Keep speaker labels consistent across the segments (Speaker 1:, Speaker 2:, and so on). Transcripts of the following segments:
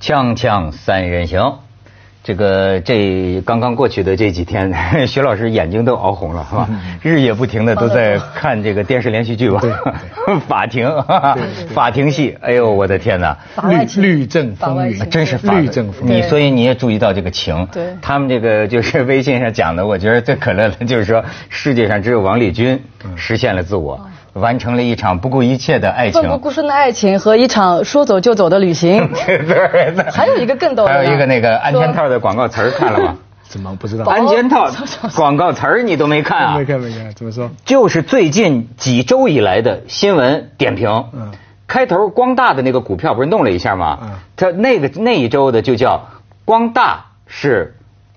Speaker 1: 锵锵三人行，这个这刚刚过去的这几天， 徐老师眼睛都熬红了，是吧？
Speaker 2: 嗯
Speaker 1: 日夜不停的都在看这个电视连续剧吧， 法庭，法庭戏，哎呦我的天哪！
Speaker 2: 律律政风
Speaker 1: 啊
Speaker 2: 云，
Speaker 1: 真是法
Speaker 2: 律政风
Speaker 1: 你
Speaker 2: 云。
Speaker 1: 所以你也注意到这个情。
Speaker 3: 对
Speaker 1: 他们这个就是 微信上讲的，我觉得最可乐的就是说，世界上只有王立军
Speaker 2: 嗯
Speaker 1: 实现了自我，完成了一场不顾一切的爱情
Speaker 3: 嗯奋。不 顾身的爱情和一场说走就走的旅行。还有一个更逗的呢
Speaker 1: 还有一个那个安全套的广告词儿看了吗？
Speaker 2: 怎么不知道？
Speaker 1: 安全套广告词儿你哦都没看啊？
Speaker 2: 没看没看，怎么说？
Speaker 1: 就是最近几周以来的新闻点评。
Speaker 2: 嗯
Speaker 1: 开头光大的那个股票不是弄了一下吗？
Speaker 2: 嗯
Speaker 1: 它那个那一周的就叫光大是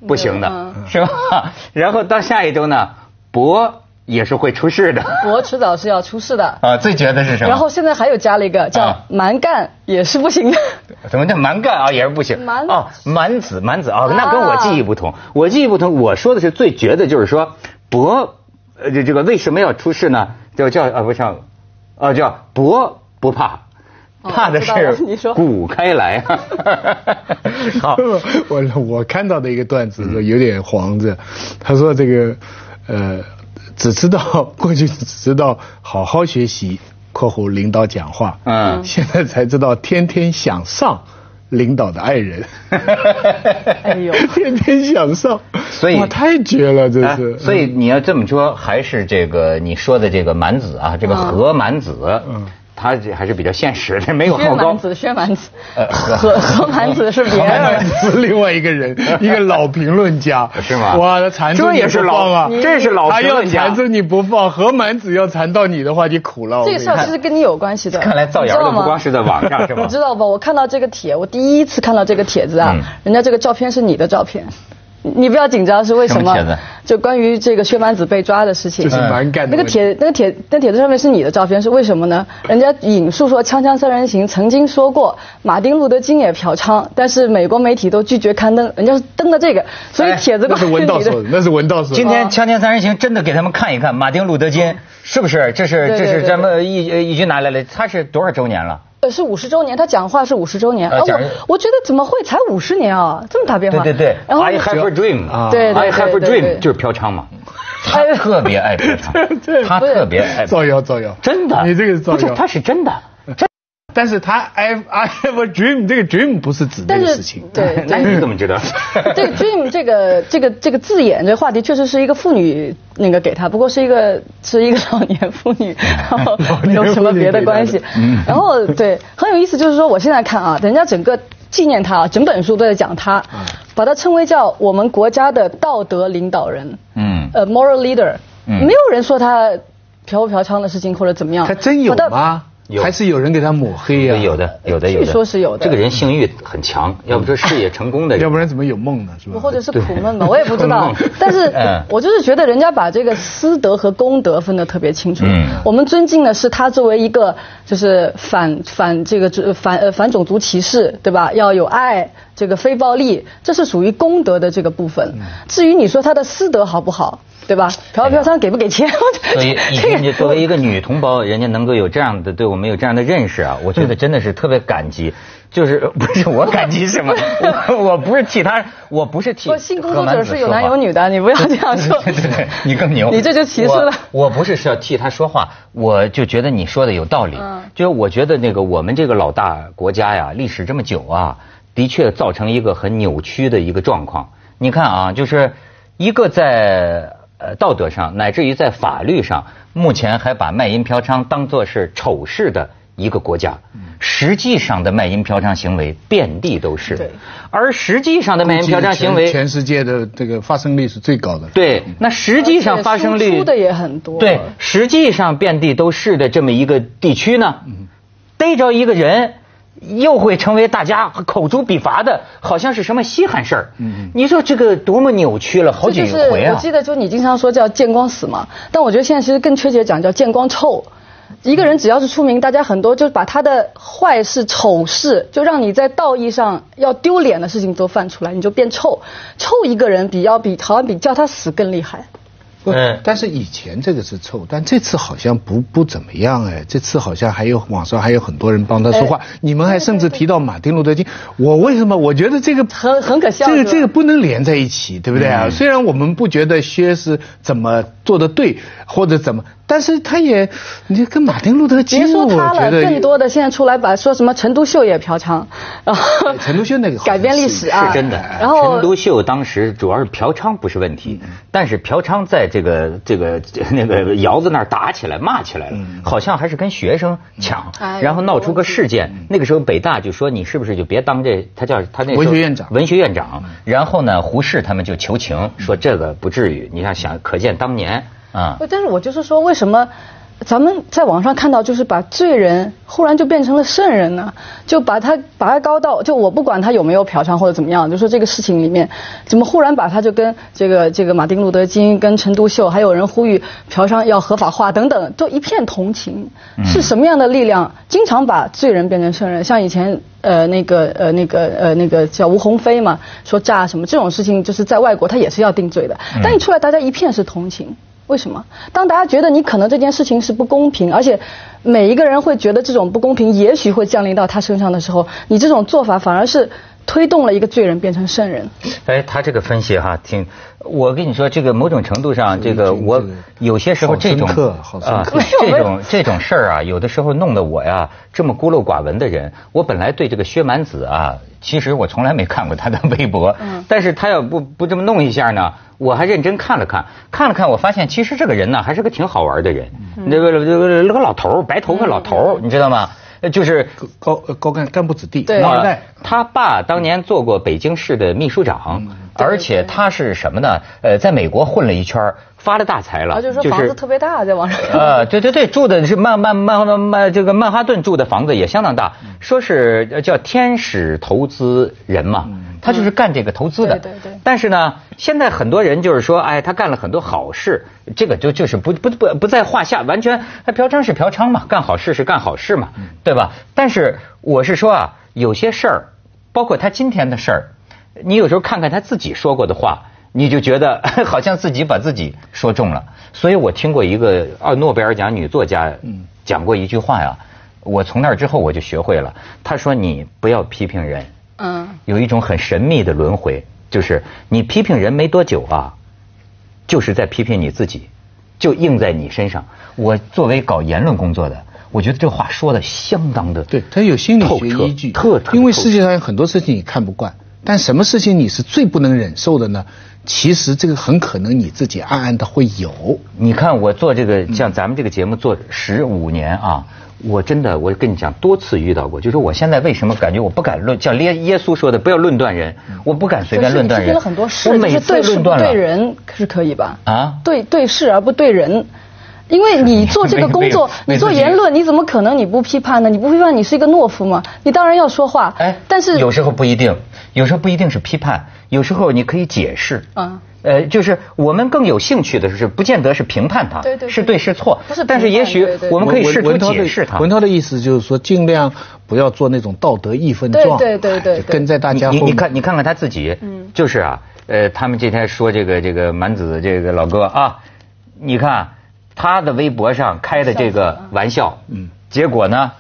Speaker 1: 不行的，
Speaker 2: 嗯
Speaker 1: 是吧？然后到下一周呢，博也是会出事的。
Speaker 3: 我迟早是要出事的。
Speaker 1: 啊，最绝的是什么？
Speaker 3: 然后现在还有加了一个
Speaker 1: 啊
Speaker 3: 叫蛮干，也是不行的。
Speaker 1: 怎么叫蛮干啊？也是不行。
Speaker 3: 蛮
Speaker 1: 哦，蛮子蛮子啊，那跟我记忆不同。我记忆不同，我说的是最绝的，就是说博，呃，这这个为什么要出事呢？就叫啊不是，啊叫博不怕，
Speaker 3: 哦
Speaker 1: 怕的
Speaker 3: 我知道了你
Speaker 1: 是
Speaker 3: 说
Speaker 1: 鼓开 来。好，
Speaker 2: 我我看到的一个段子有点黄着，他说这个呃，只知道过去只知道好好学习（括弧领导讲话），
Speaker 1: 嗯
Speaker 2: 现在才知道天天想上领导的爱人，
Speaker 1: 嗯
Speaker 3: 哎呦，
Speaker 2: 天天想上，
Speaker 1: 所以
Speaker 2: 哇太绝了，这
Speaker 1: 哎
Speaker 2: 是。嗯
Speaker 1: 所以你要这么说，还是这个你说的这个蛮子啊，
Speaker 3: 嗯
Speaker 1: 这个何蛮子
Speaker 2: 嗯，
Speaker 1: 他这还是比较现实的，没有
Speaker 3: 薛
Speaker 1: 好高
Speaker 3: 蛮。子，薛蛮子，
Speaker 1: 呃
Speaker 3: 何何蛮子是别 人。
Speaker 2: 是另外一个人，一个老评论家，
Speaker 1: 是吗
Speaker 2: 哇，他缠住
Speaker 1: 这
Speaker 2: 你
Speaker 1: 也是
Speaker 2: 不
Speaker 1: 老
Speaker 2: 放啊，
Speaker 1: 这是老
Speaker 2: 他
Speaker 1: 评
Speaker 2: 要
Speaker 1: 论家
Speaker 2: 缠住你不放，何满子要缠到你的话，你苦了。我
Speaker 3: 这
Speaker 2: 跟你
Speaker 3: 个事儿
Speaker 2: 看
Speaker 3: 其实跟你有关系的。
Speaker 1: 看来造谣的不光是在网上是吧
Speaker 3: 你知道吧？我看到这个帖，我第一次看到这个帖子啊，
Speaker 1: 嗯
Speaker 3: 人家这个照片是你的照片。你你不要紧张，是为什
Speaker 1: 什么
Speaker 3: 么
Speaker 1: 帖子？
Speaker 3: 就关于这个薛蛮子被抓的事情，嗯
Speaker 2: 就是蛮干的
Speaker 3: 那个帖，那个帖，那帖子上面是你的照片，是为什么呢？人家引述说《锵锵三人行》曾经说过，马丁路德金也嫖娼，但是美国媒体都拒绝刊登，人家是登的这个，所以
Speaker 1: 哎
Speaker 3: 帖子
Speaker 2: 那
Speaker 3: 关
Speaker 2: 是
Speaker 3: 于
Speaker 2: 文道
Speaker 3: 你的
Speaker 2: 说的，那是文道说的。
Speaker 1: 今天《锵锵三人行》真的给他们看一看，马丁路德金是不是？这是
Speaker 3: 哦对对
Speaker 1: 这是
Speaker 3: 对
Speaker 1: 咱们一呃一军拿来了，他是多少周年了？
Speaker 3: 呃，是五十周年，他讲话是五十周年。
Speaker 1: 呃
Speaker 3: 啊，
Speaker 1: 讲
Speaker 3: 我我觉得怎么会才五十年啊，这么大变
Speaker 1: 对
Speaker 3: 化。
Speaker 1: 对对
Speaker 3: 然后
Speaker 1: ，I have a dream，
Speaker 2: 啊
Speaker 3: 对对对
Speaker 1: i have a
Speaker 3: 对对
Speaker 1: dream，
Speaker 3: 对
Speaker 1: 就是嫖娼嘛，他特别爱嫖 娼，他特别爱，
Speaker 2: 哎造谣造谣，
Speaker 1: 真的，
Speaker 2: 你这个是造
Speaker 1: 不是，
Speaker 2: 谣。
Speaker 1: 他是真的，真
Speaker 2: 但是他 I I have a dream，这个 dream 不是指这
Speaker 3: 但
Speaker 2: 个
Speaker 3: 是
Speaker 2: 事情。
Speaker 3: 对
Speaker 1: 那你怎么知道？
Speaker 3: 这个 dream 这个这个这个字眼，这个话题确实是一个妇女那个给他，不过是一个是一个老年妇女，然后没有什么别的关系。
Speaker 1: 嗯
Speaker 3: 然后对，很有意思，就是说我现在看啊，人家整个纪念他，啊整本书都在讲他，
Speaker 1: 嗯
Speaker 3: 把他称为叫我们国家的道德领导人，
Speaker 1: 嗯
Speaker 3: 呃，moral leader，
Speaker 1: 嗯
Speaker 3: 没有人说他嫖不嫖娼的事情或者怎么样。
Speaker 2: 他真有
Speaker 3: 把他
Speaker 2: 吗？
Speaker 1: 有
Speaker 2: 还是有人给他抹黑啊？
Speaker 1: 有的，有的，有的，
Speaker 3: 据说是有的
Speaker 1: 这个人性欲很强，要不说事业成功的人
Speaker 2: 要不，然怎么有梦呢？是吧？
Speaker 3: 或者是苦闷吧，我也不知道
Speaker 1: 苦闷。
Speaker 3: 但是
Speaker 1: 嗯
Speaker 3: 我就是觉得人家把这个私德和公德分得特别清楚。
Speaker 1: 嗯
Speaker 3: 我们尊敬的是他作为一个就是反反这个反呃反种族歧视，对吧？要有爱，这个非暴力，这是属于公德的这个部分。
Speaker 1: 嗯
Speaker 3: 至于你说他的私德好不好，对吧？嫖不嫖娼给不给钱？
Speaker 1: 哎所以，以
Speaker 3: 这
Speaker 1: 及
Speaker 3: 个
Speaker 1: 你作为一个女同胞，人家能够有这样的对我们有这样的认识啊，我觉
Speaker 3: 嗯
Speaker 1: 得真的是特别感激。就是 不是我感激什 么？我我不是替他，我不是替
Speaker 3: 说性工
Speaker 1: 何
Speaker 3: 作
Speaker 1: 满
Speaker 3: 者
Speaker 1: 子
Speaker 3: 是有
Speaker 1: 说话
Speaker 3: 男有女的，你不要这样说。
Speaker 1: 对对对，你更牛，
Speaker 3: 你这就歧视了。
Speaker 1: 我。我不是是要替他说话，我就觉得你说的有道理。
Speaker 3: 嗯
Speaker 1: 就是我觉得那个我们这个老大国家呀，历史这么久啊，的确造成一个很扭曲的一个状况。你看啊，就是一个在呃道德上，乃至于在法律上，目前还把卖淫嫖娼当作是丑事的一个国家，
Speaker 2: 嗯
Speaker 1: 实际上的卖淫嫖娼行为遍地都是
Speaker 3: 对，
Speaker 1: 而实际上的卖淫嫖娼行为
Speaker 2: 全全世界的这个发生率是最高的。
Speaker 1: 对，那实际上发生
Speaker 3: 而且
Speaker 1: 率
Speaker 3: 输的也很多
Speaker 1: 对，实际上遍地都是的这么一个地区呢，逮着一个人。又会成为大家口诛笔伐的，好像是什么稀罕事儿。你说这个多么扭曲了，好
Speaker 3: 这
Speaker 1: 几
Speaker 3: 就是
Speaker 1: 回
Speaker 3: 我
Speaker 1: 啊！
Speaker 3: 记得，就你经常说叫见光死嘛，但我觉得现在其实更确切讲叫见光臭。一个人只要是出名，大家很多就把他的坏事、丑事，就让你在道义上要丢脸的事情都犯出来，你就变臭。臭一个人比要比好像比叫他死更厉害。
Speaker 1: 嗯
Speaker 2: 但是以前这个是臭，但这次好像不不怎么样哎，这次好像还有网上还有很多人帮他说
Speaker 3: 哎
Speaker 2: 话，你们还甚至提到马丁路德金，我为什么我觉得这个
Speaker 3: 很很可笑
Speaker 2: 这
Speaker 3: 是
Speaker 2: 个
Speaker 3: 吧嗯
Speaker 2: 这个不能连在一起，对不对啊？虽然我们不觉得薛是怎么做的对或者怎么，但是他也你跟马丁路德金，
Speaker 3: 别说他
Speaker 2: 我觉
Speaker 3: 了，
Speaker 2: 得
Speaker 3: 更多的现在出来把说什么陈独秀也嫖娼，然后
Speaker 2: 陈哎独秀那个好像
Speaker 3: 改变历
Speaker 2: 是
Speaker 3: 史啊，
Speaker 1: 是真的。
Speaker 3: 然后
Speaker 1: 陈独秀当时主要是嫖娼不是问题，
Speaker 2: 嗯
Speaker 1: 但是嫖娼在这个这个那个窑子那儿打起来骂起来了，
Speaker 2: 嗯
Speaker 1: 好像还是跟学生抢，
Speaker 3: 哎
Speaker 1: 然后闹出个事件。那个时候北大就说你是不是就别当这他叫他那时候
Speaker 2: 嗯文学院长嗯
Speaker 1: 文学院长。然后呢，胡适他们就求情说这个不至于，你看想可见当年
Speaker 2: 嗯
Speaker 1: 啊。
Speaker 3: 呃不但是我就是说，为什么咱们在网上看到，就是把罪人忽然就变成了圣人呢？就把他拔高到，就我不管他有没有嫖娼或者怎么样，就说这个事情里面，怎么忽然把他就跟这个这个马丁路德金、跟陈独秀，还有人呼吁嫖娼要合法化等等，都一片同情。是什么样的力量，经常把罪人变成圣人？像以前。呃，那个，呃，那个，呃，那个叫吴鸿飞嘛，说诈什么这种事情，就是在外国他也是要定罪的。但一出来，大家一片是同情。为什么？当大家觉得你可能这件事情是不公平，而且每一个人会觉得这种不公平也许会降临到他身上的时候，你这种做法反而是推动了一个罪人变成圣人。
Speaker 1: 哎，他这个分析哈，挺，我跟你说，这个某种程度上，这个
Speaker 2: 这个
Speaker 1: 我
Speaker 2: 这个
Speaker 1: 有些时候
Speaker 2: 好深
Speaker 1: 这种
Speaker 2: 刻好深
Speaker 1: 啊
Speaker 2: 刻
Speaker 3: 没有
Speaker 1: 这
Speaker 3: 没有
Speaker 1: 种这种事儿啊，有的时候弄得我呀这么孤陋寡闻的人，我本来对这个薛蛮子啊，其实我从来没看过他的 微博，但是他要不不这么弄一下呢，我还认真看了看，看了看，我发现其实这个人呢还是个挺好玩的人，那个那个那个老头儿，白头发老头儿，你知道吗？呃就是
Speaker 2: 高高高干干部子弟，
Speaker 3: 对
Speaker 2: 那
Speaker 1: 啊
Speaker 2: 一代
Speaker 1: 他爸当年做过北京市的秘书长，而且他是什么呢？呃，在美国混了一圈儿，发了大财
Speaker 3: 然
Speaker 1: 了，
Speaker 3: 后啊就是说房子特别大，在 网上看。
Speaker 1: 呃，对对对，住的是曼曼曼曼曼这个曼哈顿住的房子也相当大，说是呃叫天使投资人嘛，他就是干这个投资的。
Speaker 3: 嗯对对对
Speaker 1: 但是呢，现在很多人就是说，哎，他干了很多好事，这个就就是不不不不在话下，完全他嫖娼是嫖娼嘛，干好事是干好事嘛，对吧？但是我是说啊，有些事儿，包括他今天的事儿，你有时候看看他自己说过的话。你就觉得 好像自己把自己说中了，所以我听过一个奥诺贝尔奖女作家讲过一句话呀，我从那儿之后我就学会了。她说：“你不要批评人，
Speaker 3: 嗯，
Speaker 1: 有一种很神秘的轮回，就是你批评人没多久啊，就是在批评你自己，就映在你身上。我作为搞言论工作的，我觉得这话说的相当的
Speaker 2: 对，它有心理
Speaker 1: 透
Speaker 2: 学
Speaker 1: 彻
Speaker 2: 依据，
Speaker 1: 特特
Speaker 2: 因为
Speaker 1: 透
Speaker 2: 世界上有很多事情你看不惯，但什么事情你是最不能忍受的呢？其实这个很可能你自己暗暗的会有。
Speaker 1: 你看我做这
Speaker 2: 嗯
Speaker 1: 个，像咱们这个节目做十五年啊，我真的，我跟你讲，多次遇到过，就是我现在为什么感觉我不敢论，像耶耶稣说的，不要论断人，
Speaker 2: 嗯
Speaker 1: 我不敢随便论断
Speaker 3: 就是
Speaker 1: 人。
Speaker 3: 你批评了很多事，
Speaker 1: 我
Speaker 3: 就
Speaker 1: 每
Speaker 3: 是
Speaker 1: 次
Speaker 3: 对事
Speaker 1: 论
Speaker 3: 不
Speaker 1: 断
Speaker 3: 对
Speaker 1: 了
Speaker 3: 人是可以吧？
Speaker 1: 啊，
Speaker 3: 对对事而不对人。因为你做这个工作，
Speaker 1: 没有没有
Speaker 3: 你做言论，你怎么可能你不批判呢？你不批判，你是一个懦夫吗？你当然要说话。
Speaker 1: 哎，
Speaker 3: 但是
Speaker 1: 有时候不一定，有时候不一定是批判，有时候你可以解释。
Speaker 3: 啊
Speaker 1: 呃，就是我们更有兴趣的是，不见得是评判它，
Speaker 3: 对对对
Speaker 1: 是对是错
Speaker 3: 不是，评判
Speaker 1: 但是也许
Speaker 3: 对对对
Speaker 1: 我们可以试图
Speaker 2: 文文涛的
Speaker 1: 解释它。
Speaker 2: 文涛的意思就是说，尽量不要做那种道德义愤状，
Speaker 3: 对对对对
Speaker 2: 哎
Speaker 3: 对
Speaker 2: 跟在大家
Speaker 1: 你
Speaker 2: 后
Speaker 1: 你
Speaker 2: 面。
Speaker 1: 你看你看看他自己，
Speaker 3: 嗯
Speaker 1: 就是啊，呃，他们这天说这个这个满子这个老哥啊，你看啊他的微博上开的这个玩笑，嗯，结果呢，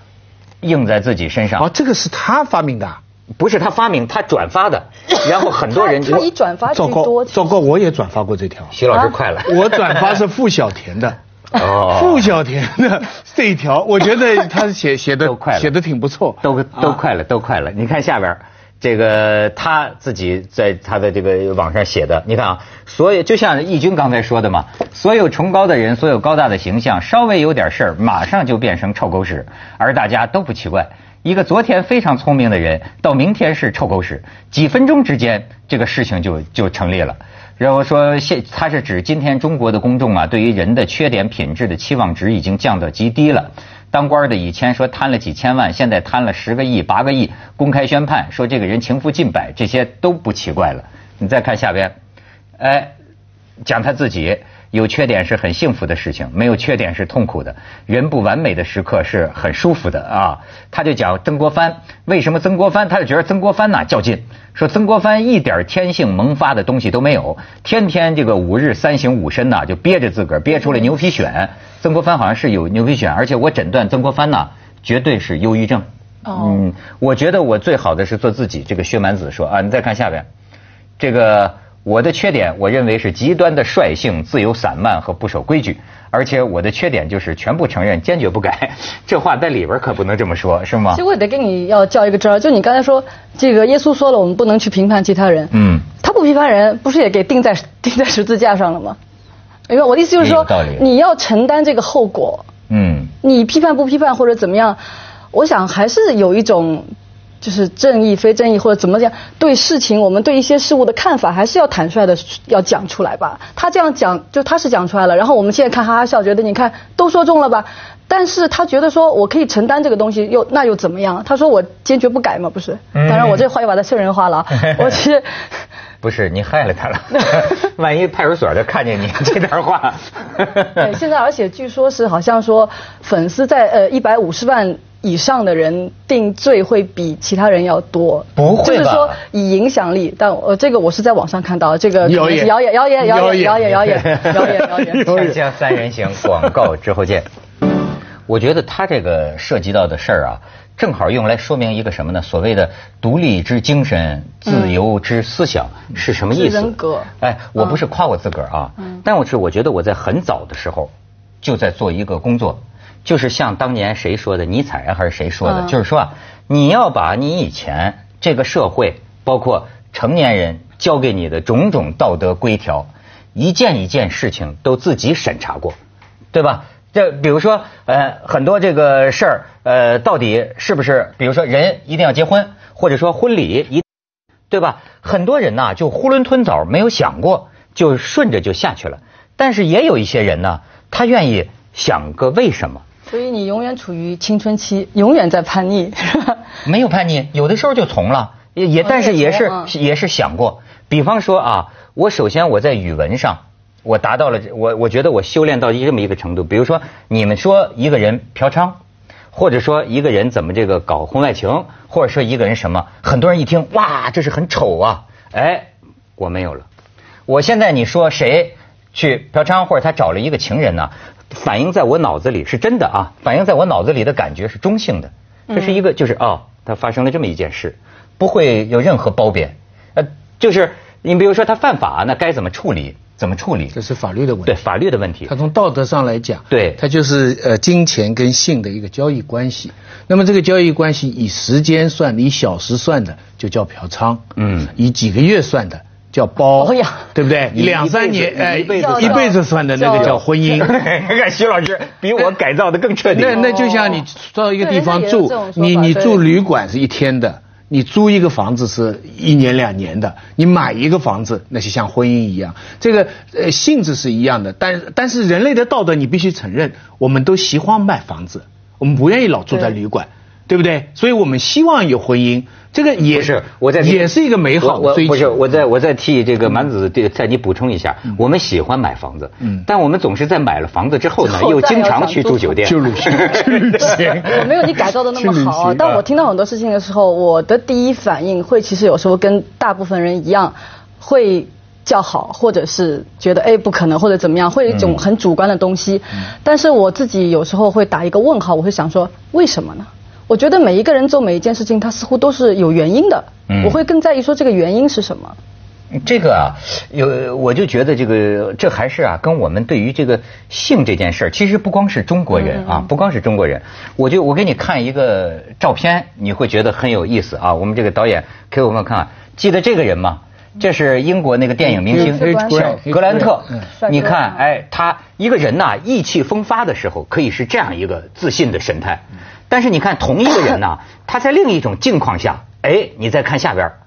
Speaker 1: 映在自己身
Speaker 2: 哦
Speaker 1: 上，，
Speaker 2: 这个是他发明的啊，
Speaker 1: 不是他发明，他转发的，然后很多人
Speaker 3: 他
Speaker 1: 就，
Speaker 3: 他一转啊发
Speaker 2: 糟
Speaker 3: 最
Speaker 2: 糕
Speaker 3: 多，
Speaker 2: 糟糕，我也转发过这条
Speaker 1: 徐老师快来，
Speaker 2: 我转发是付小田的。
Speaker 1: 哦
Speaker 2: 付小田的这一条，我觉得他写写的
Speaker 1: 都快了
Speaker 2: 写的挺不错，啊
Speaker 1: 都都快了，都快了。你看下边儿这个他自己在他的这个网上写的，你看啊，所有就像义军刚才说的嘛，所有崇高的人，所有高大的形象，稍微有点事儿，马上就变成臭狗屎，而大家都不奇怪。一个昨天非常聪明的人，到明天是臭狗屎，几分钟之间，这个事情就就成立了。然后说现，他是指今天中国的公众啊，对于人的缺点品质的期望值已经降到极低了。当官的以前说贪了几千万，现在贪了十个亿、八个亿，公开宣判说这个人情负近百，这些都不奇怪了。你再看下边，哎，讲他自己，有缺点是很幸福的事情，没有缺点是痛苦的。人不完美的时刻是很舒服的啊。他就讲曾国藩，为什么曾国藩？他就觉得曾国藩呐较劲，说曾国藩一点天性萌发的东西都没有，天天这个五日三省吾身呐，就憋着自个儿憋出了牛皮癣。曾国藩好像是有牛皮癣，而且我诊断曾国藩呐，绝对是忧郁症。嗯，我觉得我最好的是做自己。这个薛蛮子说啊，你再看下边，这个我的缺点，我认为是极端的率性、自由散漫和不守规矩，而且我的缺点就是全部承认，坚决不改。这话在里边可不能这么说，是吗
Speaker 3: 其实？我得跟你要较一个真儿，就你刚才说这个耶稣说了，我们不能去评判其他人，
Speaker 1: 嗯，
Speaker 3: 他不评判人，不是也给钉在 钉在十字架上了吗？明白我的意思就是
Speaker 1: 有
Speaker 3: 说
Speaker 1: 道理，
Speaker 3: 你要承担这个后果，
Speaker 1: 嗯，
Speaker 3: 你批判不批判或者怎么样，我想还是有一种就是正义非正义或者怎么讲，对事情我们对一些事物的看法还是要坦率的要讲出来吧。他这样讲就他是讲出来了，然后我们现在看哈哈笑，觉得你看都说中了吧。但是他觉得说我可以承担这个东西，又那又怎么样？他说我坚决不改嘛，不是？
Speaker 1: 嗯
Speaker 3: 当然我这话又把他碎人化了啊，我其实。
Speaker 1: 不是你害了他了，万一派出所的看见你这段话，
Speaker 3: 对，现在而且据说是好像说粉丝在呃一百五十万以上的人定罪会比其他人要多，
Speaker 1: 不会吧
Speaker 3: 就是说以影响力，但呃这个我是在网上看到的这个
Speaker 2: 谣言
Speaker 3: 谣言谣言谣言
Speaker 2: 谣
Speaker 3: 谣
Speaker 2: 言
Speaker 3: 言谣言谣言谣 言，
Speaker 2: 有
Speaker 1: 锵锵三人行，广告之后见。我觉得他这个涉及到的事儿啊，正好用来说明一个什么呢？所谓的独立之精神、自由之思想、是什么意思？
Speaker 3: 是人格嗯
Speaker 1: 哎，我不是夸我自个儿啊，但我是我觉得我在很早的时候就在做一个工作，就是像当年谁说的，尼采啊还是谁说的，
Speaker 3: 嗯
Speaker 1: 就是说啊，你要把你以前这个社会，包括成年人教给你的种种道德规条，一件一件事情都自己审查过，对吧？这比如说，呃，很多这个事儿，呃，到底是不是，比如说人一定要结婚，或者说婚礼一。对吧？很多人呐、就囫囵吞枣，没有想过，就顺着就下去了。但是也有一些人呢，他愿意想个为什么，
Speaker 3: 所以你永远处于青春期，永远在叛逆，是吧？
Speaker 1: 没有叛逆，有的时候就从了，也也
Speaker 3: 哦
Speaker 1: 但是也
Speaker 3: 也从
Speaker 1: 是
Speaker 3: 啊
Speaker 1: 也是想过。比方说啊，我首先我在语文上，我达到了这我我觉得我修炼到一这么一个程度。比如说你们说一个人嫖娼，或者说一个人怎么这个搞婚外情，或者说一个人什么，很多人一听哇，这是很丑啊，哎，我没有了。我现在你说谁去嫖娼，或者他找了一个情人呢、反映在我脑子里是真的啊，反映在我脑子里的感觉是中性的，这是一个就是哦，它发生了这么一件事，不会有任何褒贬，呃，就是你比如说他犯法，那该怎么处理？怎么处理？
Speaker 2: 这是法律的问题。
Speaker 1: 对法律的问题
Speaker 2: 它。从道德上来讲，
Speaker 1: 对
Speaker 2: 它就是呃金钱跟性的一个交易关系。那么这个交易关系以时间算的，以小时算的就叫嫖娼，
Speaker 1: 嗯
Speaker 2: 以几个月算的叫包
Speaker 3: 哎呀
Speaker 2: 对不对？
Speaker 1: 一
Speaker 2: 两三年，
Speaker 1: 一辈子一辈
Speaker 2: 哎，
Speaker 1: 子
Speaker 2: 哦一辈子算的那个叫婚 姻。
Speaker 1: 你 看徐老师比我改造的更彻底。
Speaker 2: 那那就像你到一个地方
Speaker 3: 哦对人家也有
Speaker 2: 住
Speaker 3: 这种，说法
Speaker 2: 你你
Speaker 3: 对
Speaker 2: 住旅馆是一天的，你租一个房子是一年两年的，你买一个房子那就像婚姻一样，这个呃性质是一样的，但但是人类的道德你必须承认，我们都喜欢买房子，我们不愿意老住在
Speaker 3: 对
Speaker 2: 旅馆。对不对？所以我们希望有婚姻，这个也
Speaker 1: 不是，我在
Speaker 2: 也是一个美好
Speaker 1: 我
Speaker 2: 的
Speaker 1: 我
Speaker 2: 追求。嗯
Speaker 1: 不是，我在我在替这个蛮子对在你补充一下，我们喜欢买房子，嗯，但我们总是在买了房子之后呢，
Speaker 3: 后
Speaker 1: 又
Speaker 3: 再
Speaker 1: 经
Speaker 3: 要
Speaker 1: 常
Speaker 3: 想
Speaker 1: 去
Speaker 3: 租。
Speaker 1: 住酒店，
Speaker 2: 就旅行， 去旅行
Speaker 3: 我没有你改造的那么好
Speaker 2: 去旅
Speaker 3: 啊，
Speaker 2: 行
Speaker 3: 但我听到很多事情的时候，我的第一反应会其实有时候跟大部分人一样，会叫好，或者是觉得哎不可能或者怎么样，会有一种很主观的东西。
Speaker 2: 嗯
Speaker 3: 但是我自己有时候会打一个问号，我会想说为什么呢？我觉得每一个人做每一件事情，他似乎都是有原因的。
Speaker 1: 嗯
Speaker 3: 我会更在意说这个原因是什么。
Speaker 1: 这个啊，有我就觉得这个这还是啊，跟我们对于这个性这件事儿，其实不光是中国人
Speaker 3: 嗯
Speaker 1: 啊，不光是中国人。我就我给你看一个照片，你会觉得很有意思啊。我们这个导演给我们看啊，记得这个人吗？
Speaker 3: 嗯
Speaker 1: 这是英国那个电影明星
Speaker 2: Hugh Grant，
Speaker 1: 小
Speaker 2: Hugh
Speaker 1: 格兰特
Speaker 2: Grant，嗯，
Speaker 1: 你
Speaker 3: 帅哥
Speaker 1: 看
Speaker 3: 啊，
Speaker 1: 哎，他一个人呐、意气风发的时候，可以是这样一个自信的神态。但是你看同一个人 呐、他在另一种境况下，哎，你再看下边儿，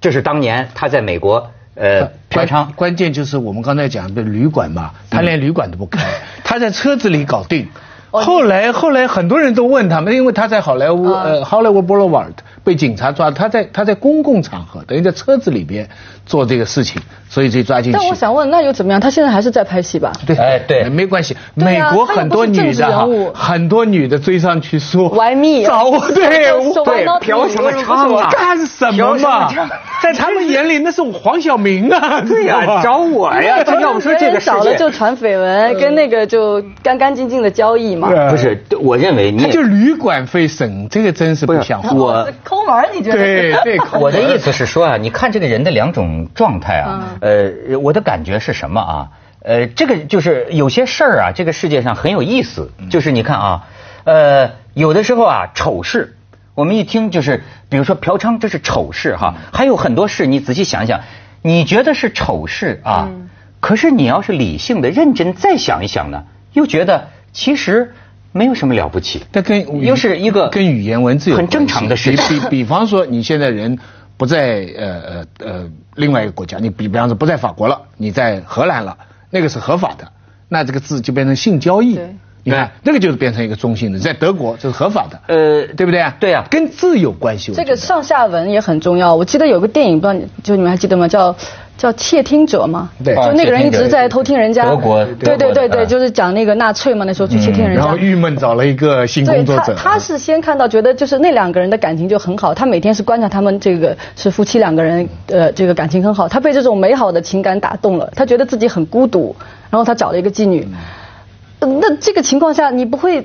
Speaker 1: 这是当年他在美国呃嫖
Speaker 2: 关
Speaker 1: 娼，嗯
Speaker 2: 关键就是我们刚才讲的旅馆嘛，他连旅馆都 不开，他在车子里
Speaker 3: 哦
Speaker 2: 搞定。后来后来很多人都问他们，因为他在好莱坞、
Speaker 3: 啊
Speaker 2: 呃 Hollywood Boulevard 被警察抓，他在他在公共场合，等于在车子里边做这个事情，所以就抓进去。
Speaker 3: 但我想问，那又怎么样？他现在还是在拍戏吧？
Speaker 2: 对，
Speaker 1: 哎对
Speaker 2: 没关系。
Speaker 3: 对
Speaker 2: 美
Speaker 3: 啊
Speaker 2: 国很多女的
Speaker 3: 他
Speaker 2: 哈
Speaker 3: 又不是政治人物，
Speaker 2: 很多女的追上去说
Speaker 3: ，Why me？
Speaker 2: 找 我，对，我
Speaker 3: 说 Why
Speaker 2: 对
Speaker 3: not
Speaker 1: 嫖
Speaker 3: me？
Speaker 1: 什么
Speaker 3: 为什
Speaker 1: 娼
Speaker 3: 么不是我
Speaker 1: 啊
Speaker 2: 干什
Speaker 1: 嫖
Speaker 2: 么嘛
Speaker 1: 什么娼？
Speaker 2: 在他们眼里，那是我黄晓明啊，
Speaker 1: 对呀、
Speaker 2: 知道吧
Speaker 1: 找我哎呀，这要不说这个世
Speaker 3: 少了
Speaker 1: 界
Speaker 3: 就传绯闻，
Speaker 2: 嗯
Speaker 3: 跟那个就干干净净的交易嘛。
Speaker 2: 对
Speaker 1: 不是，我认为你
Speaker 2: 他
Speaker 1: 也
Speaker 2: 就旅馆费省，这个真是不像话。
Speaker 1: 我
Speaker 3: 这抠门儿，你觉得？
Speaker 2: 对对，
Speaker 1: 我的意思是说啊，你看这个人的两种状态啊，呃，我的感觉是什么啊？呃，这个就是有些事儿啊，这个世界上很有意思，
Speaker 2: 嗯
Speaker 1: 就是你看啊，呃，有的时候啊，丑事。我们一听就是，比如说嫖娼，这是丑事哈、
Speaker 2: 嗯
Speaker 1: 还有很多事，你仔细想想，你觉得是丑事啊，可是你要是理性的、认真再想一想呢，又觉得其实没有什么了不起。
Speaker 2: 但跟
Speaker 1: 又是一个
Speaker 2: 跟语言文字有
Speaker 1: 很
Speaker 2: 关系
Speaker 1: 正常的事
Speaker 2: 比比比方说，你现在人不在呃呃呃另外一个国家，你比比方说不在法国了，你在荷兰了，那个是合法的，那这个字就变成性交易
Speaker 3: 对。
Speaker 2: 你看，那个就是变成一个中性的，在德国这是合法的，
Speaker 1: 呃
Speaker 2: 对不对啊？
Speaker 1: 对啊
Speaker 2: 跟字有关系。我
Speaker 3: 这
Speaker 2: 觉得
Speaker 3: 个上下文也很重要。我记得有个电影，不知道你就你们还记得吗？叫叫《窃听者》嘛，
Speaker 2: 对
Speaker 3: 就那个人一直在偷听人家。
Speaker 1: 德国嗯
Speaker 3: 对对对对，就是讲那个纳粹嘛，那时候去窃听人
Speaker 2: 然
Speaker 3: 家
Speaker 2: 后。郁闷找了一个性
Speaker 3: 对
Speaker 2: 工作
Speaker 3: 他
Speaker 2: 者，，
Speaker 3: 他是先看到觉得就是那两个人的感情就很好，他每天是观察他们这个是夫妻两个人，呃，这个感情很好，他被这种美好的情感打动了，他觉得自己很孤独，然后他找了一个妓女。呃那这个情况下，你不会，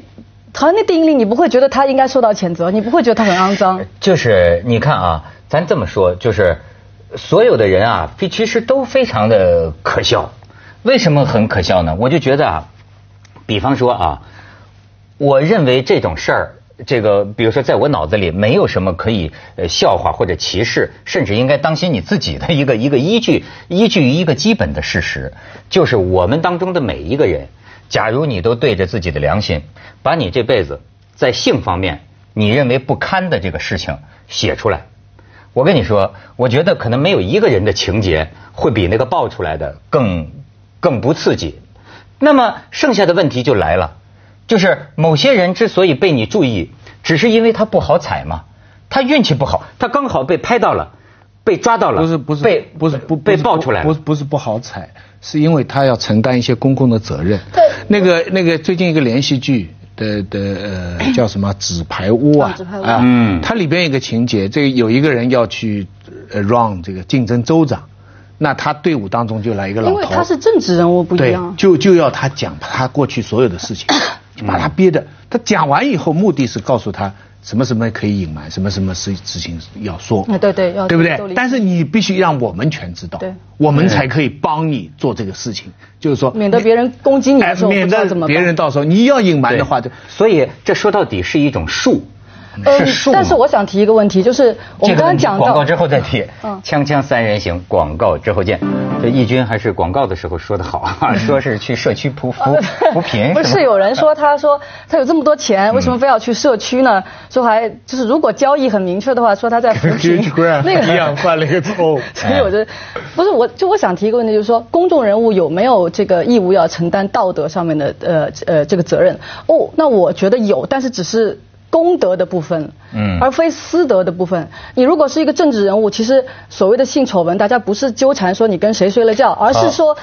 Speaker 3: 好像那电影里你不会觉得他应该受到谴责，你不会觉得他很肮脏。哎
Speaker 1: 呃就是你看啊，咱这么说，就是所有的人啊，非其实都非常的可笑。为什么很可笑呢？我就觉得啊，比方说啊，我认为这种事儿，这个比如说在我脑子里没有什么可以呃笑话或者歧视，甚至应该当心你自己的一个一个依据，依据于一个基本的事实，就是我们当中的每一个人，假如你都对着自己的良心，把你这辈子在性方面你认为不堪的这个事情写出来。我跟你说，我觉得可能没有一个人的情节会比那个爆出来的更更不刺激。那么剩下的问题就来了，就是某些人之所以被你注意，只是因为他不好踩嘛，他运气不好，他刚好被拍到了，被抓到了，
Speaker 2: 不是不是
Speaker 1: 被
Speaker 2: 不是不
Speaker 1: 被爆出来
Speaker 2: 不
Speaker 1: 了
Speaker 2: 是。不是不好踩，是因为他要承担一些公共的责任。
Speaker 3: 对
Speaker 2: 那个那个最近一个连续剧的的呃叫什么纸牌屋啊
Speaker 3: 啊纸牌屋
Speaker 2: 啊，
Speaker 1: 嗯
Speaker 2: 它里边有一个情节，这个有一个人要去呃 run 这个竞争州长，那他队伍当中就来一个老
Speaker 3: 因
Speaker 2: 头，
Speaker 3: 哎为他是政治人物不一
Speaker 2: 对
Speaker 3: 样，。
Speaker 2: 就就要他讲他过去所有的事 情，就把他憋的。他讲完以后，目的是告诉他什么什么可以隐瞒，什么什么事事情要说。
Speaker 3: 哎对对要
Speaker 2: 对不
Speaker 3: 都理
Speaker 2: 对
Speaker 3: 解？
Speaker 2: 但是你必须让我们全知道
Speaker 3: 对，
Speaker 2: 我们才可以帮你做这个事情。就是说，
Speaker 3: 免得别人攻击你
Speaker 2: 哎
Speaker 3: 的时候
Speaker 2: 免
Speaker 3: 不知道
Speaker 2: 得
Speaker 3: 怎么办
Speaker 2: 别人到时候你要隐瞒的话，就
Speaker 1: 所以这说到底是一种术，是术嘛。
Speaker 3: 呃但是我想提一个问题，就是我
Speaker 1: 这
Speaker 3: 们
Speaker 1: 个
Speaker 3: 刚
Speaker 1: 问
Speaker 3: 刚
Speaker 1: 题
Speaker 3: 讲
Speaker 1: 广告
Speaker 3: 到，
Speaker 1: 之后再提。
Speaker 3: 嗯
Speaker 1: 锵锵三人行，广告之后见。这义军还是广告的时候说的好 啊，说是去社区扶扶 扶贫，
Speaker 3: 啊
Speaker 1: 吧
Speaker 3: 不是有人说他说他有这么多钱，
Speaker 1: 嗯
Speaker 3: 为什么非要去社区呢？说还就是如果交易很明确的话，说他在扶 贫。那
Speaker 2: 一样
Speaker 3: 个，
Speaker 2: 犯了一个错误。
Speaker 3: 所以我觉得不是我，就我想提一个问题，就是说公众人物有没有这个义务要承担道德上面的呃呃这个责任？哦，那我觉得有，但是只是。公德的部分，
Speaker 1: 嗯
Speaker 3: 而非私德的部分。你如果是一个政治人物，其实所谓的性丑闻，大家不是纠缠说你跟谁睡了觉，而是说，
Speaker 1: 哦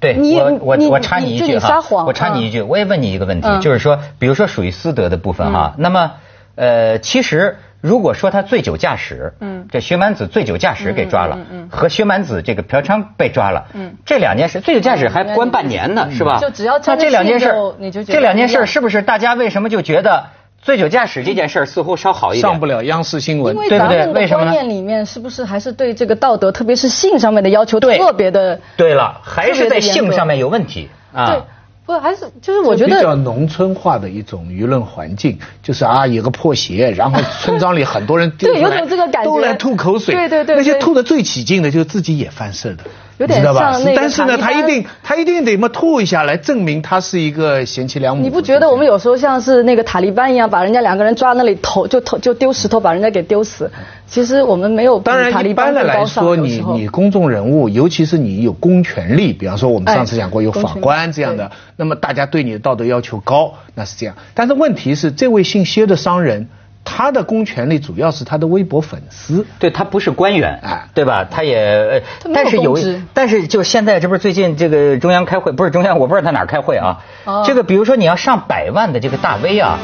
Speaker 1: 对，
Speaker 3: 你
Speaker 1: 我我
Speaker 3: 你
Speaker 1: 我插你一
Speaker 3: 就
Speaker 1: 句
Speaker 3: 你
Speaker 1: 哈，
Speaker 3: 撒谎，
Speaker 1: 我插你一
Speaker 3: 句。
Speaker 1: 句，我也问你一个问题，
Speaker 3: 嗯
Speaker 1: 就是说，比如说属于私德的部分哈，那么呃，其实如果说他醉酒驾驶，
Speaker 3: 嗯
Speaker 1: 这薛蛮子醉酒驾驶给抓了，
Speaker 3: 嗯嗯嗯嗯
Speaker 1: 和薛蛮子这个嫖娼被抓了，
Speaker 3: 嗯
Speaker 1: 这两件事醉酒驾驶还
Speaker 3: 嗯
Speaker 1: 关半年呢，是吧？
Speaker 3: 就只要
Speaker 1: 那
Speaker 3: 沾了
Speaker 1: 这两件事
Speaker 3: 性就，你就觉得
Speaker 1: 这两件
Speaker 3: 不一
Speaker 1: 事
Speaker 3: 样
Speaker 1: 是不是大家为什么就觉得醉酒驾驶这件事儿似乎稍好一点？
Speaker 2: 上不了央视新闻
Speaker 3: 因，为
Speaker 1: 对不
Speaker 3: 咱
Speaker 1: 对
Speaker 3: 们
Speaker 1: 为
Speaker 3: 的
Speaker 1: 什么
Speaker 3: 观
Speaker 1: 呢
Speaker 3: 念里面，是不是还是对这个道德，特别是性上面的要求
Speaker 1: 对
Speaker 3: 特别的？
Speaker 1: 对了，还是
Speaker 3: 特别
Speaker 1: 在
Speaker 3: 的严
Speaker 1: 性
Speaker 3: 格
Speaker 1: 上面有问题
Speaker 3: 对
Speaker 1: 啊。，
Speaker 3: 不还是就是我觉
Speaker 2: 比较
Speaker 3: 得
Speaker 2: 农村化的一种舆论环境，就是啊，有个破鞋，然后村庄里很多人
Speaker 3: 对
Speaker 2: 丢出来
Speaker 3: 有种这个感觉
Speaker 2: 都来吐口水，
Speaker 3: 对对对
Speaker 2: 那些
Speaker 3: 对
Speaker 2: 吐的最起劲的，就是自己也犯事的。
Speaker 3: 有点
Speaker 2: 你知道吧
Speaker 3: 像那个
Speaker 2: 但是呢，
Speaker 3: 塔
Speaker 2: 他
Speaker 3: 利班
Speaker 2: 一定他一定得么吐一下来证明他是一个贤妻良母。
Speaker 3: 你不觉得我们有时候像是那个塔利班一样，把人家两个人抓那里投就投就丢石头，把人家给丢死？其实我们没有比
Speaker 2: 当
Speaker 3: 塔
Speaker 2: 然，
Speaker 3: 利
Speaker 2: 一
Speaker 3: 班
Speaker 2: 般的
Speaker 3: 更
Speaker 2: 来
Speaker 3: 高尚
Speaker 2: 说，
Speaker 3: 有
Speaker 2: 你
Speaker 3: 时候
Speaker 2: 你公众人物，尤其是你有公权力，比方说我们上次讲过有
Speaker 3: 哎
Speaker 2: 法官这样的
Speaker 3: 公，
Speaker 2: 那么大家对你的道德要求高，那是这样。但是问题是，这位姓薛的商人，他的公权力主要是他的微博粉丝。
Speaker 1: 对他不是官员，
Speaker 2: 哎
Speaker 1: 对吧？他也，呃
Speaker 3: 他没有
Speaker 1: 但是有
Speaker 3: 公职，
Speaker 1: 但是就现在这不是最近这个中央开会，不是中央，我不知道他哪儿开会啊。
Speaker 3: 哦
Speaker 1: 这个比如说你要上百万的这个大 V 啊，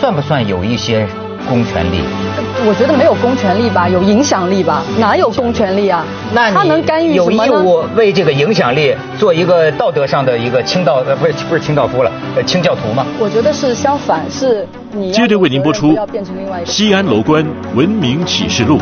Speaker 1: 算不算有一些公权力？
Speaker 3: 我觉得没有公权力吧，有影响力吧，哪有公权力啊？
Speaker 1: 那
Speaker 3: 他
Speaker 1: 你
Speaker 3: 能干预
Speaker 1: 有
Speaker 3: 什
Speaker 1: 义
Speaker 3: 么呢？
Speaker 1: 务为这个影响力做一个道德上的一个清道，呃，不是不是清道夫了，呃，清教徒嘛。
Speaker 3: 我觉得是相反，是你要
Speaker 4: 接着为您播
Speaker 3: 不
Speaker 4: 出
Speaker 3: 要变成另外一个。
Speaker 4: 《西安楼观文明启示录》。